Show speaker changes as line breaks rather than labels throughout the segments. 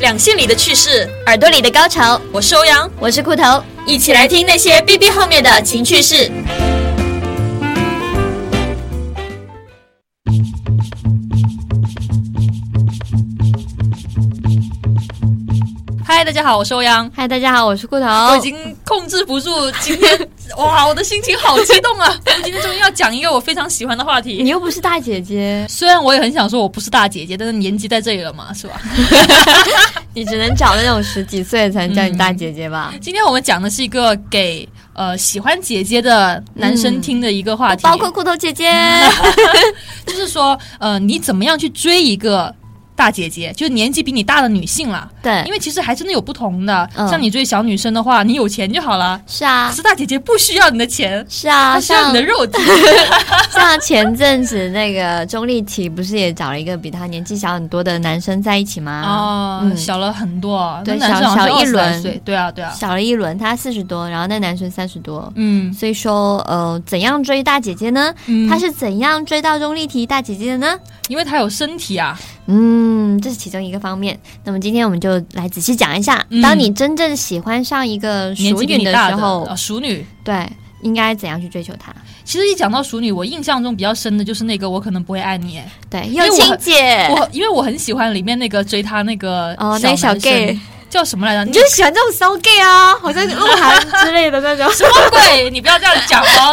两性里的趣事，
耳朵里的高潮，
我是欧阳，
我是裤头，
一起来听那些 B B 后面的情趣事。嗨，大家好，我是欧阳。
嗨，大家好，我是裤头。
我已经控制不住今 天，哇，我的心情好激动啊！我们今天终于要讲一个我非常喜欢的话题。
你又不是大姐姐，
虽然我也很想说我不是大姐姐，但是年纪在这里了嘛，是吧？
你只能找那种十几岁才能叫你大姐姐吧？
今天我们讲的是一个给呃喜欢姐姐的男生听的一个话题，
嗯包括裤头姐姐，
就是说呃你怎么样去追一个大姐姐，就是年纪比你大的女性啦。因
对，
为其实还真的有不同的，
嗯
像你追小女生的话，你有钱就好了。
是啊
可，是大姐姐不需要你的钱，
是啊，
她需要
像
你的肉体。
像前阵子那个钟丽缇不是也找了一个比她年纪小很多的男生在一起吗？
哦，
嗯
小了很多，
对
那男生好像
小小一
20来
轮
岁，对啊，对啊，
小了一轮，她四十多，然后那男生三十多。
嗯，
所以说，呃，怎样追大姐姐呢？
嗯
她是怎样追到钟丽缇大姐姐的呢？
因为他有身体啊，
嗯，这是其中一个方面。那么今天我们就来仔细讲一下，
嗯
当你真正喜欢上一个
年
熟
纪比
女
你大
时候，
啊熟女。
对，应该怎样去追求她？
其实一讲到熟女，我印象中比较深的就是那个我可能不会爱你，
对，
为
有
我
青 姐，
我因为我很喜欢里面那个追她那个
哦，那个小
男生
gay，
叫什么 来着？
你
你
就是喜欢这种骚 gay 啊，好像鹿晗之类的那种。
什么鬼？你不要这样讲哦，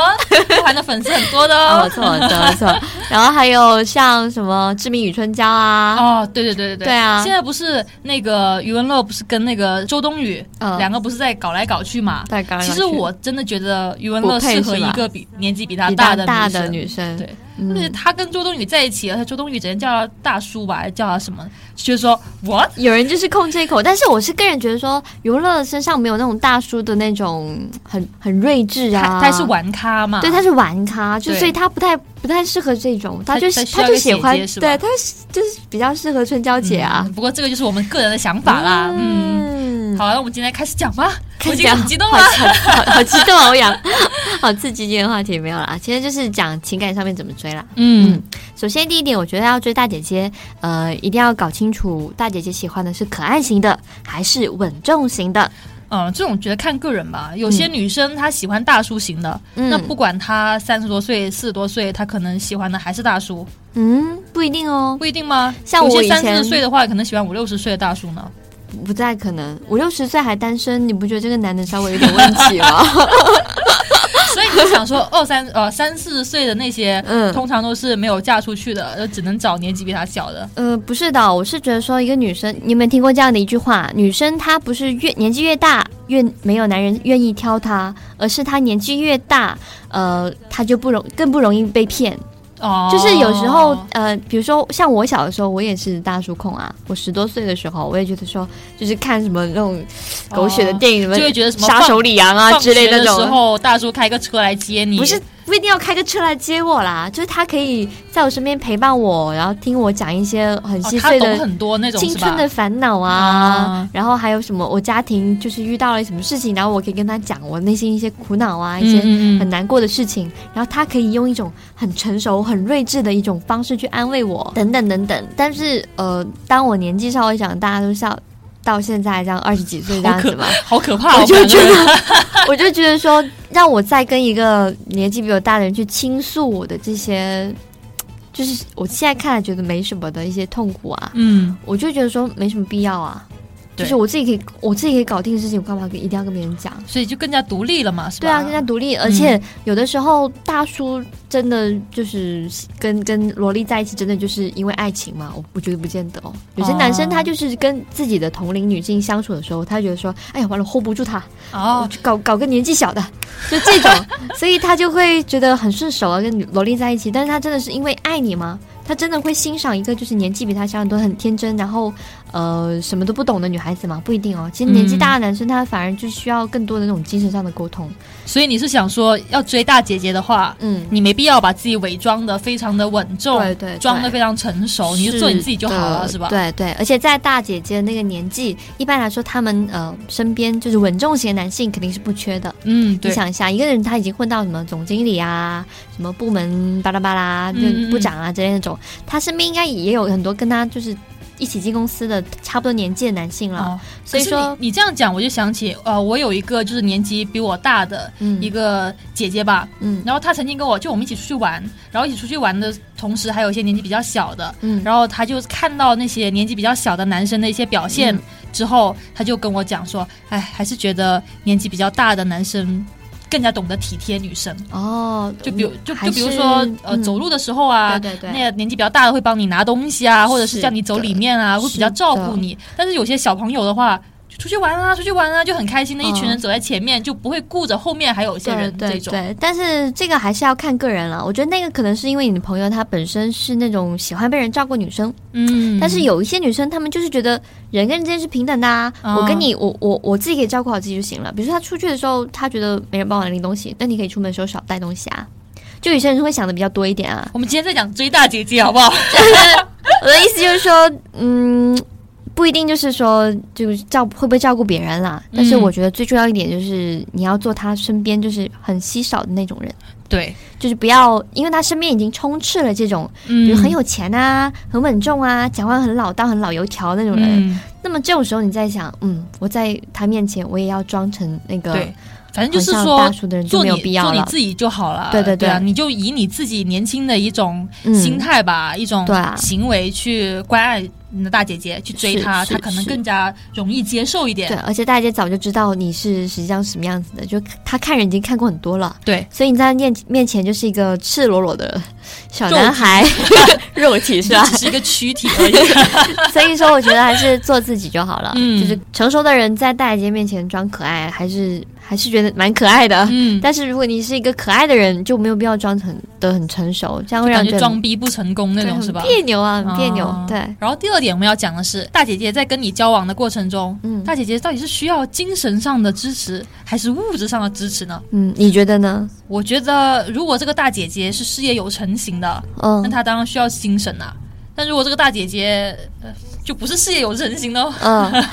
鹿晗的粉丝很多的
哦，
哦
我。错我错我错。然后还有像什么《志明与春娇》啊，
哦，对对对对对，
对啊
现在不是那个余文乐不是跟那个周冬雨、
嗯
两个不是在搞来搞去嘛？
对，刚刚
其实
有去
我真的觉得余文乐
不配
适合
是吧
一个比年纪比他
比
大
较
的
大
女
的
生
女生，
对，但是
嗯，
他跟周冬雨在一起，他周冬雨只能叫他大叔吧，还是叫他什么？就是说 what？
有人就是控这一口，但是我是个人觉得说，余文乐身上没有那种大叔的那种很很睿智
他
啊，
他是玩咖嘛？
对，他是玩咖，就
对
所以他不太不太适合这种，
他
他就
他
是
需要
就
一个
喜欢
姐姐，是吧
对，他是就是比较适合春娇姐啊
嗯。不过这个就是我们个人的想法啦。嗯，
嗯，
好，那我们今天开始讲吧。
开
我
始
已经
讲
很激动
好
了。
强好好激动啊，欧阳， 好刺激！今天的话题没有啦，今天就是讲情感上面怎么追啦。
嗯
嗯，首先第一点，我觉得要追大姐姐，呃，一定要搞清楚大姐姐喜欢的是可爱型的还是稳重型的。
嗯，这种觉得看个人吧。有些女生她喜欢大叔型的，
嗯，
那不管她三十多岁、四十多岁，她可能喜欢的还是大叔，
嗯不一定哦，
不一定吗？
像我
有些
以
三
前
十岁的话，可能喜欢五六十岁的大叔 呢。
不太可能。五六十岁还单身，你不觉得这个男的稍微有点问题吗？
所以你就想说，二三呃三四十岁的那些，
嗯
通常都是没有嫁出去的，呃只能找年纪比她小的。
呃，不是的，我是觉得说，一个女生，你有没有听过这样的一句话？女生她不是越年纪越大越没有男人愿意挑她，而是她年纪越大，呃，她就不容更不容易被骗。
哦，
就是有时候，呃，比如说像我小的时候，我也是大叔控啊。我十多岁的时候，我也觉得说，就是看什么那种狗血的电影，什么
就会觉得什么
杀
放
手李阳啊
放
之类
学
那
的时
种。
候，大叔开个车来接你，
不是不一定要开个车来接我啦，就是他可以在我身边陪伴我，然后听我讲一些很
哦
细
他
碎的、
懂很多那种
青
是
春
吧？
的烦恼啊，
啊
然后还有什么？我家庭就是遇到了什么事情，然后我可以跟他讲我内心一些苦恼啊，一
嗯
些
嗯
很
嗯，
难过的事情，然后他可以用一种很成熟、很睿智的一种方式去安慰我，等等等等。但是呃，当我年纪稍微长大，都像到现在这样二十几岁这样子吧，
好可怕、哦！
我就
感
觉得， 我就觉得说，让我再跟一个年纪比我大的人去倾诉我的这些。就是我现在看来觉得没什么的一些痛苦啊，
嗯，
我就觉得说没什么必要啊，就
对
是我自己可以，我自己可以搞定的事情，我干嘛一定要跟别人讲？
所以就更加独立了嘛，是吧？嗯
对啊，更加独立，而且有的时候大叔真的就是跟跟萝莉在一起，真的就是因为爱情嘛？我我觉得不见得哦。有些男生
哦
他就是跟自己的同龄女性相处的时候，他觉得说，哎呀，完了 hold 不住她，我
哦，
就搞搞个年纪小的，就这 种，所以他就会觉得很顺手啊，跟萝莉在一起。但是他真的是因为爱你吗？他真的会欣赏一个就是年纪比他小很多、很天真，然后呃什么都不懂的女孩子吗？不一定哦。其实年纪大的男生，他反而就需要更多的那种精神上的沟通。
所以你是想说，要追大姐姐的话，
嗯，
你没必要把自己伪装的非常的稳重，
对嗯对，
装的
对
非常成熟，你就做你自己就好了，
的
是吧？
对对，而且在大姐姐那个年纪，一般来说，他们呃身边就是稳重型的男性肯定是不缺的。
嗯，
你
对，
想一下，一个人他已经混到什么总经理啊，什么部门巴拉巴拉，就
嗯嗯嗯
部长啊之类那种，他身边应该也有很多跟他就是一起进公司的差不多年纪的男性了。
啊，
所以
可是你
说
你这样讲，我就想起呃，我有一个就是年纪比我大的
嗯
一个姐姐吧，
嗯
然后她曾经跟我就我们一起出去玩，然后一起出去玩的同时，还有一些年纪比较小的，
嗯，
然后她就看到那些年纪比较小的男生的一些表现
嗯
之后，她就跟我讲说，哎，还是觉得年纪比较大的男生更加懂得体贴女生，
哦，
就比如
嗯
就
还
就比如
是
说呃
嗯
走路的时候啊，
对对对，
那个年纪比较大的会帮你拿东西啊，或者是
是
叫你走里面啊，
的
会比较照顾你。但是有些小朋友的话，就出去玩啊，出去玩啊，就很开心的
嗯
一群人走在前面，就不会顾着后面还有一些人
对
这
对
种。
对，但是这个还是要看个人了。我觉得那个可能是因为你的朋友她本身是那种喜欢被人照顾女生，
嗯，
但是有一些女生她们就是觉得人跟人之间是平等的啊。
啊
我跟你，我我我自己可以照顾好自己就行了。比如说她出去的时候，她觉得没人帮我拎东西，那你可以出门的时候少带东西啊。就有些人会想的比较多一 点啊。
我们今天在讲追大姐姐，好不好？
我的意思就是说，嗯，不一定就是说就是照会不会照顾别人啦，但是
嗯
我觉得最重要一点就是你要做她身边就是很稀少的那种人。
对，
就是不要，因为他身边已经充斥了这种，比
嗯
如很有钱啊、很稳重啊、讲话很老道、很老油条那种人。
嗯，
那么这种时候，你在想，嗯，我在他面前，我也要装成那个
对，反正就
很
是
像
说
大。叔的人就
做
没
你
有必要
做你
了。
自己就好了，
对对
对
对
啊，你就以你自己年轻的一种
嗯
心态吧，一种
对啊
行为去关爱你的大姐姐，去追
是
她，
是
她可能
是
更加容易接受一点
对，。而且大家早就知道你是实际上什么样子的，就他看人已经看过很多了，
对，
所以你在面面前就是一个赤裸裸的小男孩， 肉 体是吧啊
这？只是一个躯体 而已。
所以说，我觉得还是做自己就好了。
嗯
就是成熟的人在大姐姐面前装可爱，还是还是觉得蛮可爱的。
嗯，
但是如果你是一个可爱的人，就没有必要装成的很成熟，这样会让
感
人
觉
觉
装逼不成功那
对
种
很
是吧？
别扭啊，很别扭。
哦
对，
然后第二点我们要讲的是，大姐姐在跟你交往的过程中，
嗯
大姐姐到底是需要精神上的支持，还是物质上的支持呢？
嗯，你觉得呢？
我觉得，如果这个大姐姐是事业有成型的，那
嗯
她当然需要精神啦、但如果这个大姐姐，呃，就不是事业有成型的，哦
嗯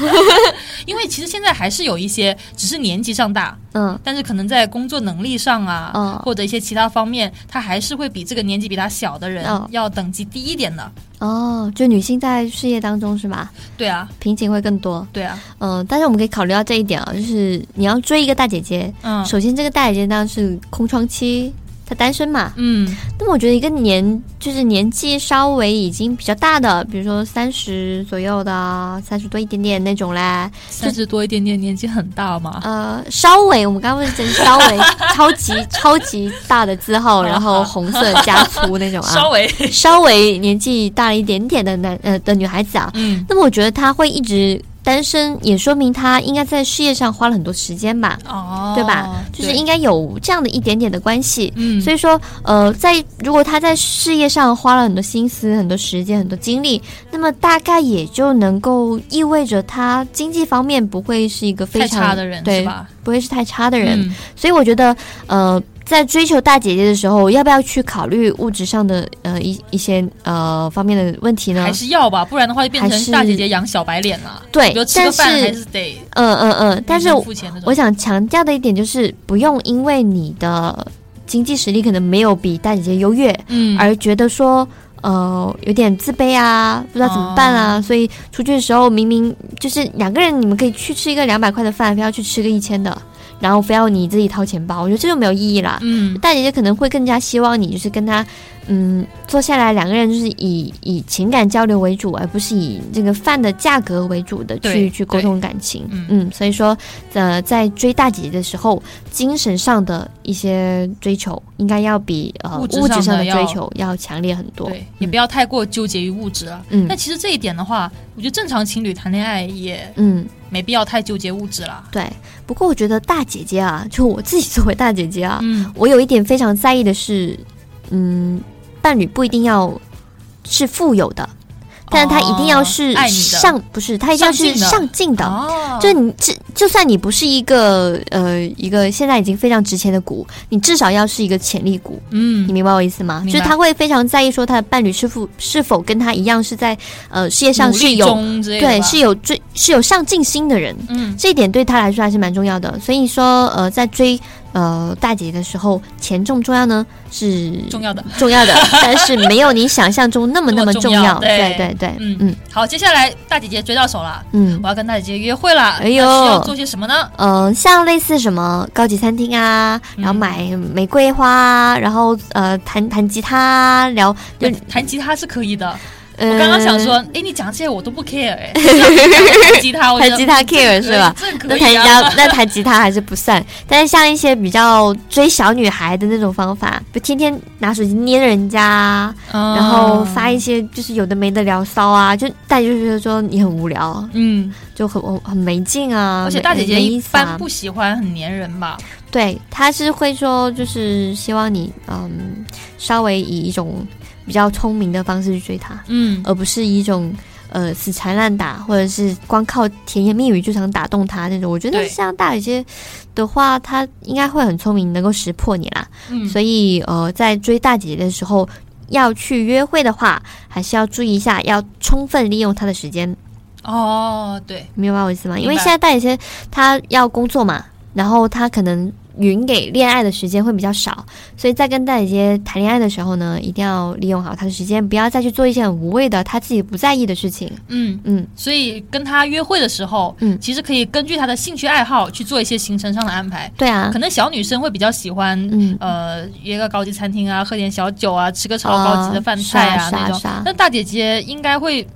因为其实现在还是有一些只是年纪上大，
嗯
但是可能在工作能力上啊，
嗯
或者一些其他方面，她还是会比这个年纪比她小的人、
嗯
要等级低一点的。
哦，就女性在事业当中是吧，
对啊，
瓶颈会更多。
对啊，
嗯，但是我们可以考虑到这一点啊，就是你要追一个大姐姐，
嗯
首先这个大姐姐当然是空窗期，她单身嘛，
嗯
那么我觉得一个年就是年纪稍微已经比较大的，比如说三十左右的、啊三十多一点点那种嘞，
三十多一点点，年纪很大嘛。
呃，稍微我们刚刚不是真稍 微超级超级大的字号，然后红色加粗那种
稍
啊，
微，
稍微年纪大了一点点的男呃的女孩子啊，
嗯
那么我觉得她会一直单身，也说明她应该在事业上花了很多时间吧，
哦，
对吧？就是应该有这样的一点点的关系，
嗯，
所
以
以说，呃，在如果他在事业上花了很多心思、很多时间、很多精力，那么大概也就能够意味着他经济方面不会是一个非
太
常
差的人是
对，
吧？
不会是太差的人。
嗯
所以我觉得，呃，在追求大姐姐的时候，要不要去考虑物质上的呃一一些呃方面的问题呢
还？是要吧，不然的话就变
还
成
是
大姐姐养小白脸了。
对
比如，吃
但
个饭还
是，
是得女
嗯嗯嗯，但是
生付钱那种。
我想强调的一点就是，不用因为你的经济实力可能没有比大姐姐优越，
嗯，
而觉得说。呃，有点自卑啊，不知道怎么办
哦
啊，所以出去的时候明明就是两个人，你们可以去吃一个两百块的饭，非要去吃个一千的，然后非要你自己掏钱包，我觉得这就没有意义啦。
嗯
大姐姐可能会更加希望你就是跟她，嗯，坐下来两个人就是以以情感交流为主，而不是以这个饭的价格为主的
对
去去沟通感情
嗯。
嗯，所以说，呃，在追大姐姐的时候，精神上的一些追求应该要比呃
物质
物质
上
上
的
的
要
追求要强烈很多。
对，也不要太过纠结于物质了。
嗯
但其实这一点的话，我觉得正常情侣谈恋爱也
嗯，
没必要太纠结物质了。
对。不过我觉得大姐姐啊，就我自己作为大姐姐啊，
嗯，
我有一点非常在意的是，嗯，伴侣不一定要是富有的，但是他一定要是
哦爱你的
上，不是他一定要是
上
上进的。
哦，
就你这，就算你不是一个呃一个现在已经非常值钱的股，你至少要是一个潜力股，
嗯
你明白我意思吗？
明
就
白
是他会非常在意说他的伴侣是否是否跟他一样是在呃事业上
努力
是有
中之类的
对
吧
是有追是有上进心的人，
嗯
这一点对他来说还是蛮重要的。所以说，呃，在追呃大姐姐的时候，钱重不重要呢？是
重要的。
重要的，但是没有你想象中那么那么重要。
那么重要对
对对对，
嗯
嗯
好，接下来大姐姐追到手了，
嗯
我要跟大姐姐约会了，
哎呦
那需要做些什么呢？
呃，像类似什么高级餐厅啊，然后
嗯
买玫瑰花啊，然后呃弹弹吉他啊，聊就
对弹吉他是可以的。
呃
我刚刚想 说，哎，你讲这些我都不 care，哎，弹吉他，我觉得
弹吉他 care 是吧？？
这可
那弹
以
吉
啊。
他，那弹吉他还是不算。但是像一些比较追小女孩的那种方法，就天天拿手机捏人家啊，然
然
后发
嗯
一些就是有的没的聊骚啊，就大家就觉得说你很无聊，
嗯，
就很很没劲啊。
而且
没
大姐姐
没
一
意思啊
般不喜欢很粘人吧？
对，他是会说，就是希望你嗯，稍微以一种比较聪明的方式去追他，
嗯
而不是以一种呃死缠烂打，或者是光靠甜言蜜语就想打动他那种。我觉得
对
像大姐姐的话，她应该会很聪明，能够识破你啦。
嗯，
所以呃，在追大姐姐的时候。要去约会的话，还是要注意一下，要充分利用她的时间，
哦，对，
明白我意思吗？因为
明白
现在大姐姐她要工作嘛，然后她可能匀给恋爱的时间会比较少，所以在跟大姐姐谈恋爱的时候呢，一定要利用好她的时间，不要再去做一些很无谓的她自己不在意的事情。
嗯。
嗯，
所以跟她约会的时候，
嗯
其实可以根据她的兴趣爱好去做一些行程上的安排。
对啊
可，能小女生会比较喜欢，
嗯，
呃，约个高级餐厅啊，喝点小酒啊，吃个超高级的饭菜啊
啊
那
是啊
种
是啊。
那大姐姐应该会 比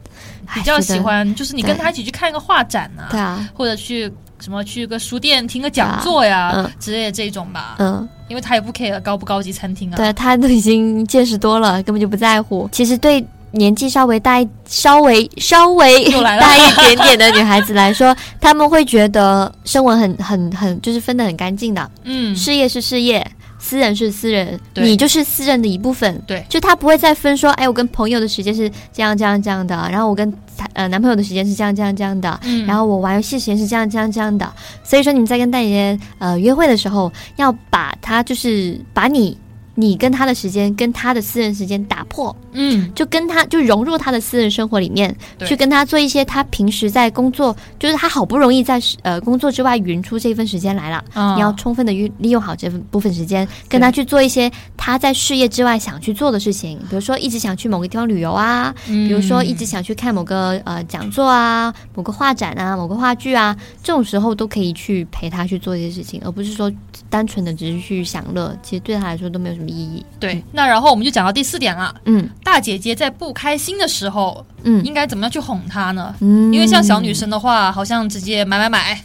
比
较喜。欢，就是你跟
对
她一起去看个画展呐、
对啊，
或者去什么去个书店听个讲座呀、
对啊
之类的这种吧，
嗯，
因为她也不 care 高不高级餐厅啊。
对，她都已经见识多了，根 本就不在乎。其实对。年纪稍微大一、稍微稍微
又来了
大一点点的女孩子来说，她们会觉得生活很很很，就是分得很干净的。
嗯，
事业是事业，私人是私人，
对
你就是私人的一部分。
对
就他不会再分说，哎，我跟朋友的时间是这样这样这样的，然后我跟呃男朋友的时间是这样这样这样的，
嗯
然后我玩游戏时间是这样这样这样的。所以说你在跟大姐姐呃约会的时候，要把他就是把你。你跟他的时间，跟他的私人时间打破，
嗯，
就跟他就融入他的私人生活里面，
对
去跟他做一些他平时在工作，就是他好不容易在呃工作之外匀出这份时间来了，
啊
你要充分的利利用好这份部分时间，跟他去做一些他在事业之外想去做的事情，比如说一直想去某个地方旅游啊，
比
比如说一
嗯
直想去看某个呃讲座啊、某个画展啊、某个话剧啊，这种时候都可以去陪他去做一些事情，而不是说单纯的只是去享乐，其实对他来说都没有什么意义。
嗯对。那然后我们就讲到第四点了，
嗯
大姐姐在不开心的时候，
嗯
应该怎么样去哄她呢？
嗯，
因为像小女生的话，好像直接买买买、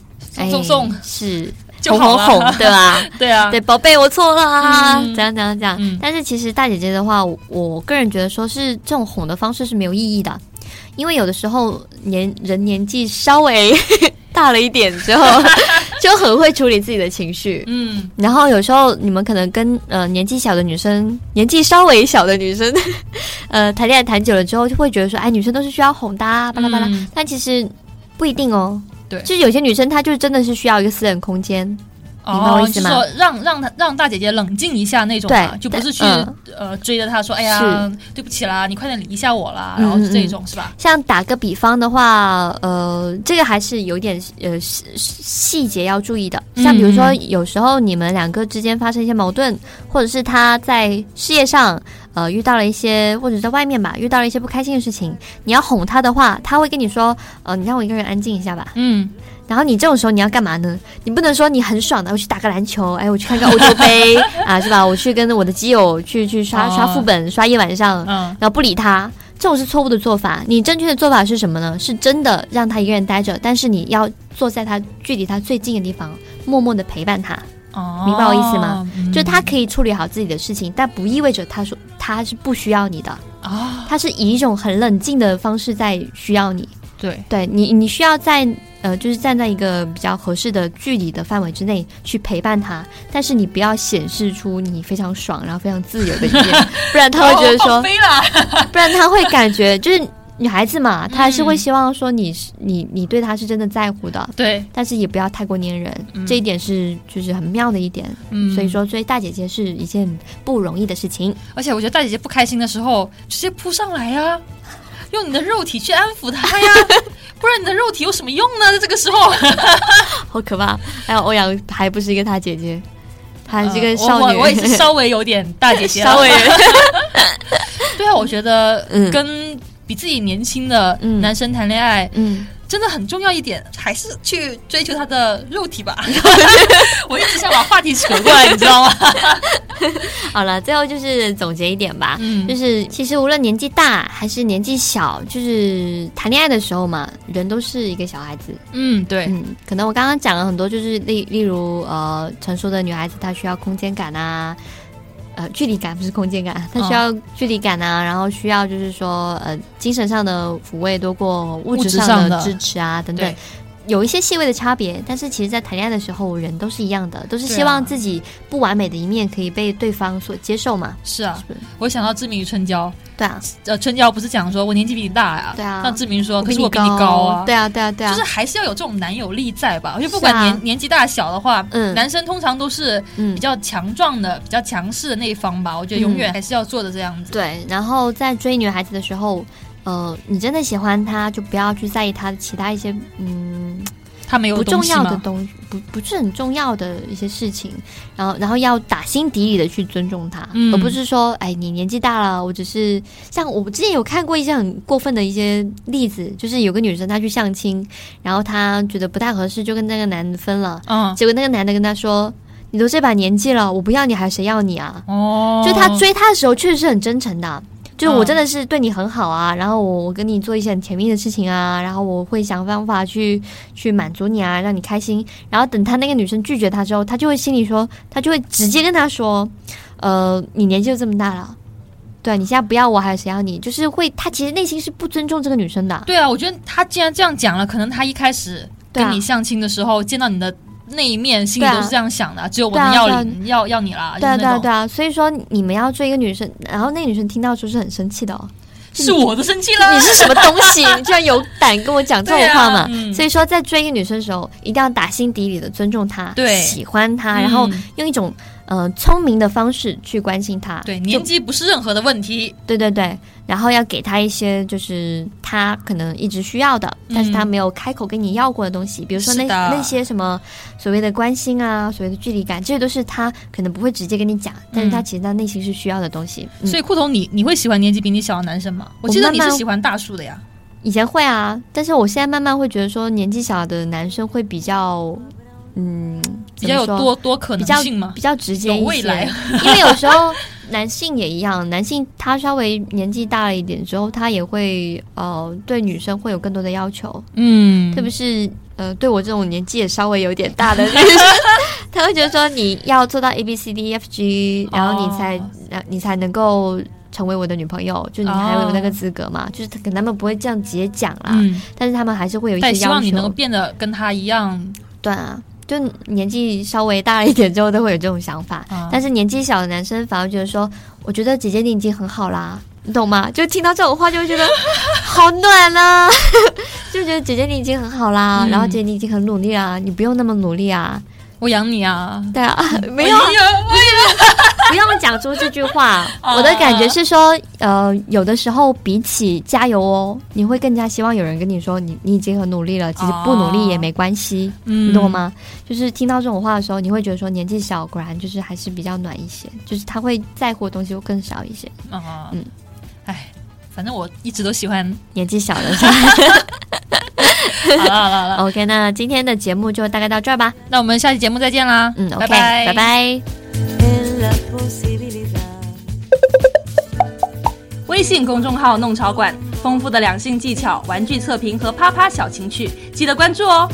送送送
哎、是
就好了。
哄哄哄，对吧？
对啊，
对，宝贝，我错了啊，
嗯
怎样怎样怎样。
嗯
但是其实大姐姐的话，我我个人觉得说是这种哄的方式是没有意义的，因为有的时候年人年纪稍微 大了一点之 后，就很会处理自己的情绪。
嗯，
然后有时候你们可能跟呃年纪小的女生，年纪稍微小的女生， 呃谈恋爱谈久了之后，就会觉得说，哎，女生都是需要哄的、啊，巴拉巴拉。
嗯
但其实不一定哦。
对
就是有些女生她就真的是需要一个私人空间，明白
哦，
我
你
意思
是
吗
说让让她让大姐姐冷静一下那种啊，
对
就不是去、
嗯
呃追着她说，哎呀，对不起啦，你快点理一下我啦，
嗯
然后
嗯
这种是吧？
像打个比方的话，呃，这个还是有点呃细细节要注意的。
嗯
像比如说，有时候你们两个之间发生一些矛盾，或者是他在事业上呃遇到了一些，或者在外面吧遇到了一些不开心的事情，你要哄他的话，他会跟你说，呃，你让我一个人安静一下吧。
嗯，
然后你这种时候你要干嘛呢？你不能说你很爽的，啊我去打个篮球，哎，我去看个欧洲杯啊，是吧？我去跟我的基友去去刷刷副本，刷一晚上，
嗯，
然后不理他，这种是错误的做法。你正确的做法是什么呢？是真的让他一个人待着，但是你要坐在他距离他最近的地方，默默的陪伴他，
哦，
明白我意思吗
嗯？
就他可以处理好自己的事情，但不意味着他说他是不需要你的，
啊，
他是以一种很冷静的方式在需要你。
对，
对你，你需要在呃，就是站在一个比较合适的距离的范围之内去陪伴他，但是你不要显示出你非常爽，然后非常自由的一面，不然他会觉得
哦
说
放，飞了，
不然他会感觉就是女孩子嘛，她还是会
嗯
希望说你是你你对她是真的在乎的，
对，
但是也不要太过粘人，
嗯
这一点是就是很妙的一点。
嗯，
所以说追大姐姐是一件不容易的事情。
而且我觉得大姐姐不开心的时候，直接扑上来呀、用你的肉体去安抚她呀，不然你的肉体有什么用呢？在这个时候，
哎好可怕！还有欧阳还不是一个他姐姐，她这个
呃
少女，
我我我 也是啊稍微有点大姐姐了，
稍 微
对啊，我觉得
嗯
跟比自己年轻的男生谈恋爱，
嗯，
真的很重要一点，还是去追求他的肉体 吧。我一直想把话题扯过来，你知道吗？
好了，最后就是总结一点吧，
嗯
就是其实无论年纪大还是年纪小，就是谈恋爱的时候嘛，人都是一个小孩子。
嗯，对，
嗯，可能我刚刚讲了很多，就是例例如呃，成熟的女孩子她需要空间感啊。呃，距离感不是空间感， 她需
哦
要距离感啊，然后需要就是说，呃，精神上的抚慰多过物质
物质上
的
的
支持啊，等等
对，
有一些细微的差别，但是其实，在谈恋爱的时候，人都是一样的，都是
对啊
希望自己不完美的一面可以被对方所接受嘛，
是啊
是，不是？
我想到志明与春娇，
对啊，
呃，春娇不是讲说我年纪比你大呀、
对啊
让志明哦说，可
比
是
你
我比你高啊，
对啊，对啊，对啊，
就是还是要有这种男友力在吧？就不管
是啊
年、年纪大小的话，
嗯
男生通常都是
嗯
比，较强壮的、比较强势的那一方吧。我觉得永远还是要做的这样子。
对，然后在追女孩子的时候，呃，你真的喜欢她，就不要去在意她的其他一些嗯
他没有
不
东
重
西
要的
吗？
东不不是很重要的一些事情，然后然后要打心底里的去尊重她，
嗯
而不是说哎你年纪大了，我只是像我之前有看过一些很过分的一些例子，就是有个女生她去相亲，然后她觉得不太合适，就跟那个男的分了，
嗯，
结果那个男的跟她说。你都这把年纪了，我不要你，还谁要你啊？
哦，嗯
就他追他的时候确实是很真诚的啊，就是我真的是对你很好啊，然后我我跟你做一些很甜蜜的事情啊，然后我会想办法去去满足你啊，让你开心。然后等他那个女生拒绝他之后，他就会心里说，他就会直接跟他说，呃，你年纪就这么大了，对啊你现在不要我，还是谁要你？就是会，他其实内心是不尊重这个女生的啊，
对啊，我觉得他既然这样讲了，可能他一开始
对啊
跟你相亲的时候、见到你的那一面，心里
对啊
都是这样想的，只有我
对啊
能要
对啊
你，要要你啦，
对啊，
就是那
对啊，
种。
对啊。所以说你们要追一个女生，然后那个女生听到之后是很生气的哦。
是我的生气了，
你是什么东西？你居然有胆跟我讲这种话嘛？
对啊嗯
所以说，在追一个女生的时候，一定要打心底里的尊重她，
对
喜欢她，
嗯
然后用一种呃聪明的方式去关心她。
对
就
年纪不是任何的问题，
对对对，然后要给她一些就是她可能一直需要的，
嗯
但是她没有开口跟你要过的东西，比如说那
是的
那些什么所谓的关心啊，所谓的距离感，这些都是她可能不会直接跟你讲，
嗯
但是她其实她内心是需要的东西。嗯
所以裤头你你会喜欢年纪比你小的男生吗？我记得
慢
你
慢
是喜欢大叔的呀，
以前会啊，但是我现在慢慢会觉得说，年纪小的男生会比较，嗯，
比较有
怎么说
多多可
比
能
较
性吗？
比较直接一
有未
些
来
因为有时候男性也一样，男性他稍微年纪大了一点之后，他也会呃对女生会有更多的要求，
嗯
特别是呃对我这种年纪也稍微有点大 的女生，他会觉得说你要做到 A B C D E F G，然后你才、
哦
然你才能够。成为我的女朋友，就你还有那
哦
个资格嘛就是可能他们不会这样直接讲啦，
嗯，
但是他们还是会有一
但
些
也希
要
望你能够
求。
变得跟他一样
对啊，就年纪稍微大了一点之后都会有这种想法，
啊。
但是年纪小的男生反而觉得说，我觉得姐姐你已经很好啦，你懂吗？就听到这种话就会觉得 好暖啊， 就觉得姐姐你已经很好啦，
嗯
然后姐姐你已经很努力啦，你不用那么努力啊。
我养你啊，
对啊， 没有啊
我也我也
不用讲出这句 话。
啊
我的感觉是说，呃，有的时候比起加油哦，你会更加希望有人跟你说你你已经很努力了，其实不努力也没关系，
哦嗯
你懂？吗？就是听到这种话的时候，你会觉得说年纪小果然就是还是比较暖一些，就是他会在乎的东西会更少一些。
啊，
嗯
嗯，哎，反正我一直都喜 欢。
年纪小的时 候
好了好了好了，
，OK，那今天的节目就大概到这儿吧。
那我们下期节目再见啦。
嗯，OK，
拜拜
拜拜
en la posibilidad.
微信公众号“弄潮馆”，丰富的两性技巧、玩具测评和啪啪小情趣，记得关注哦。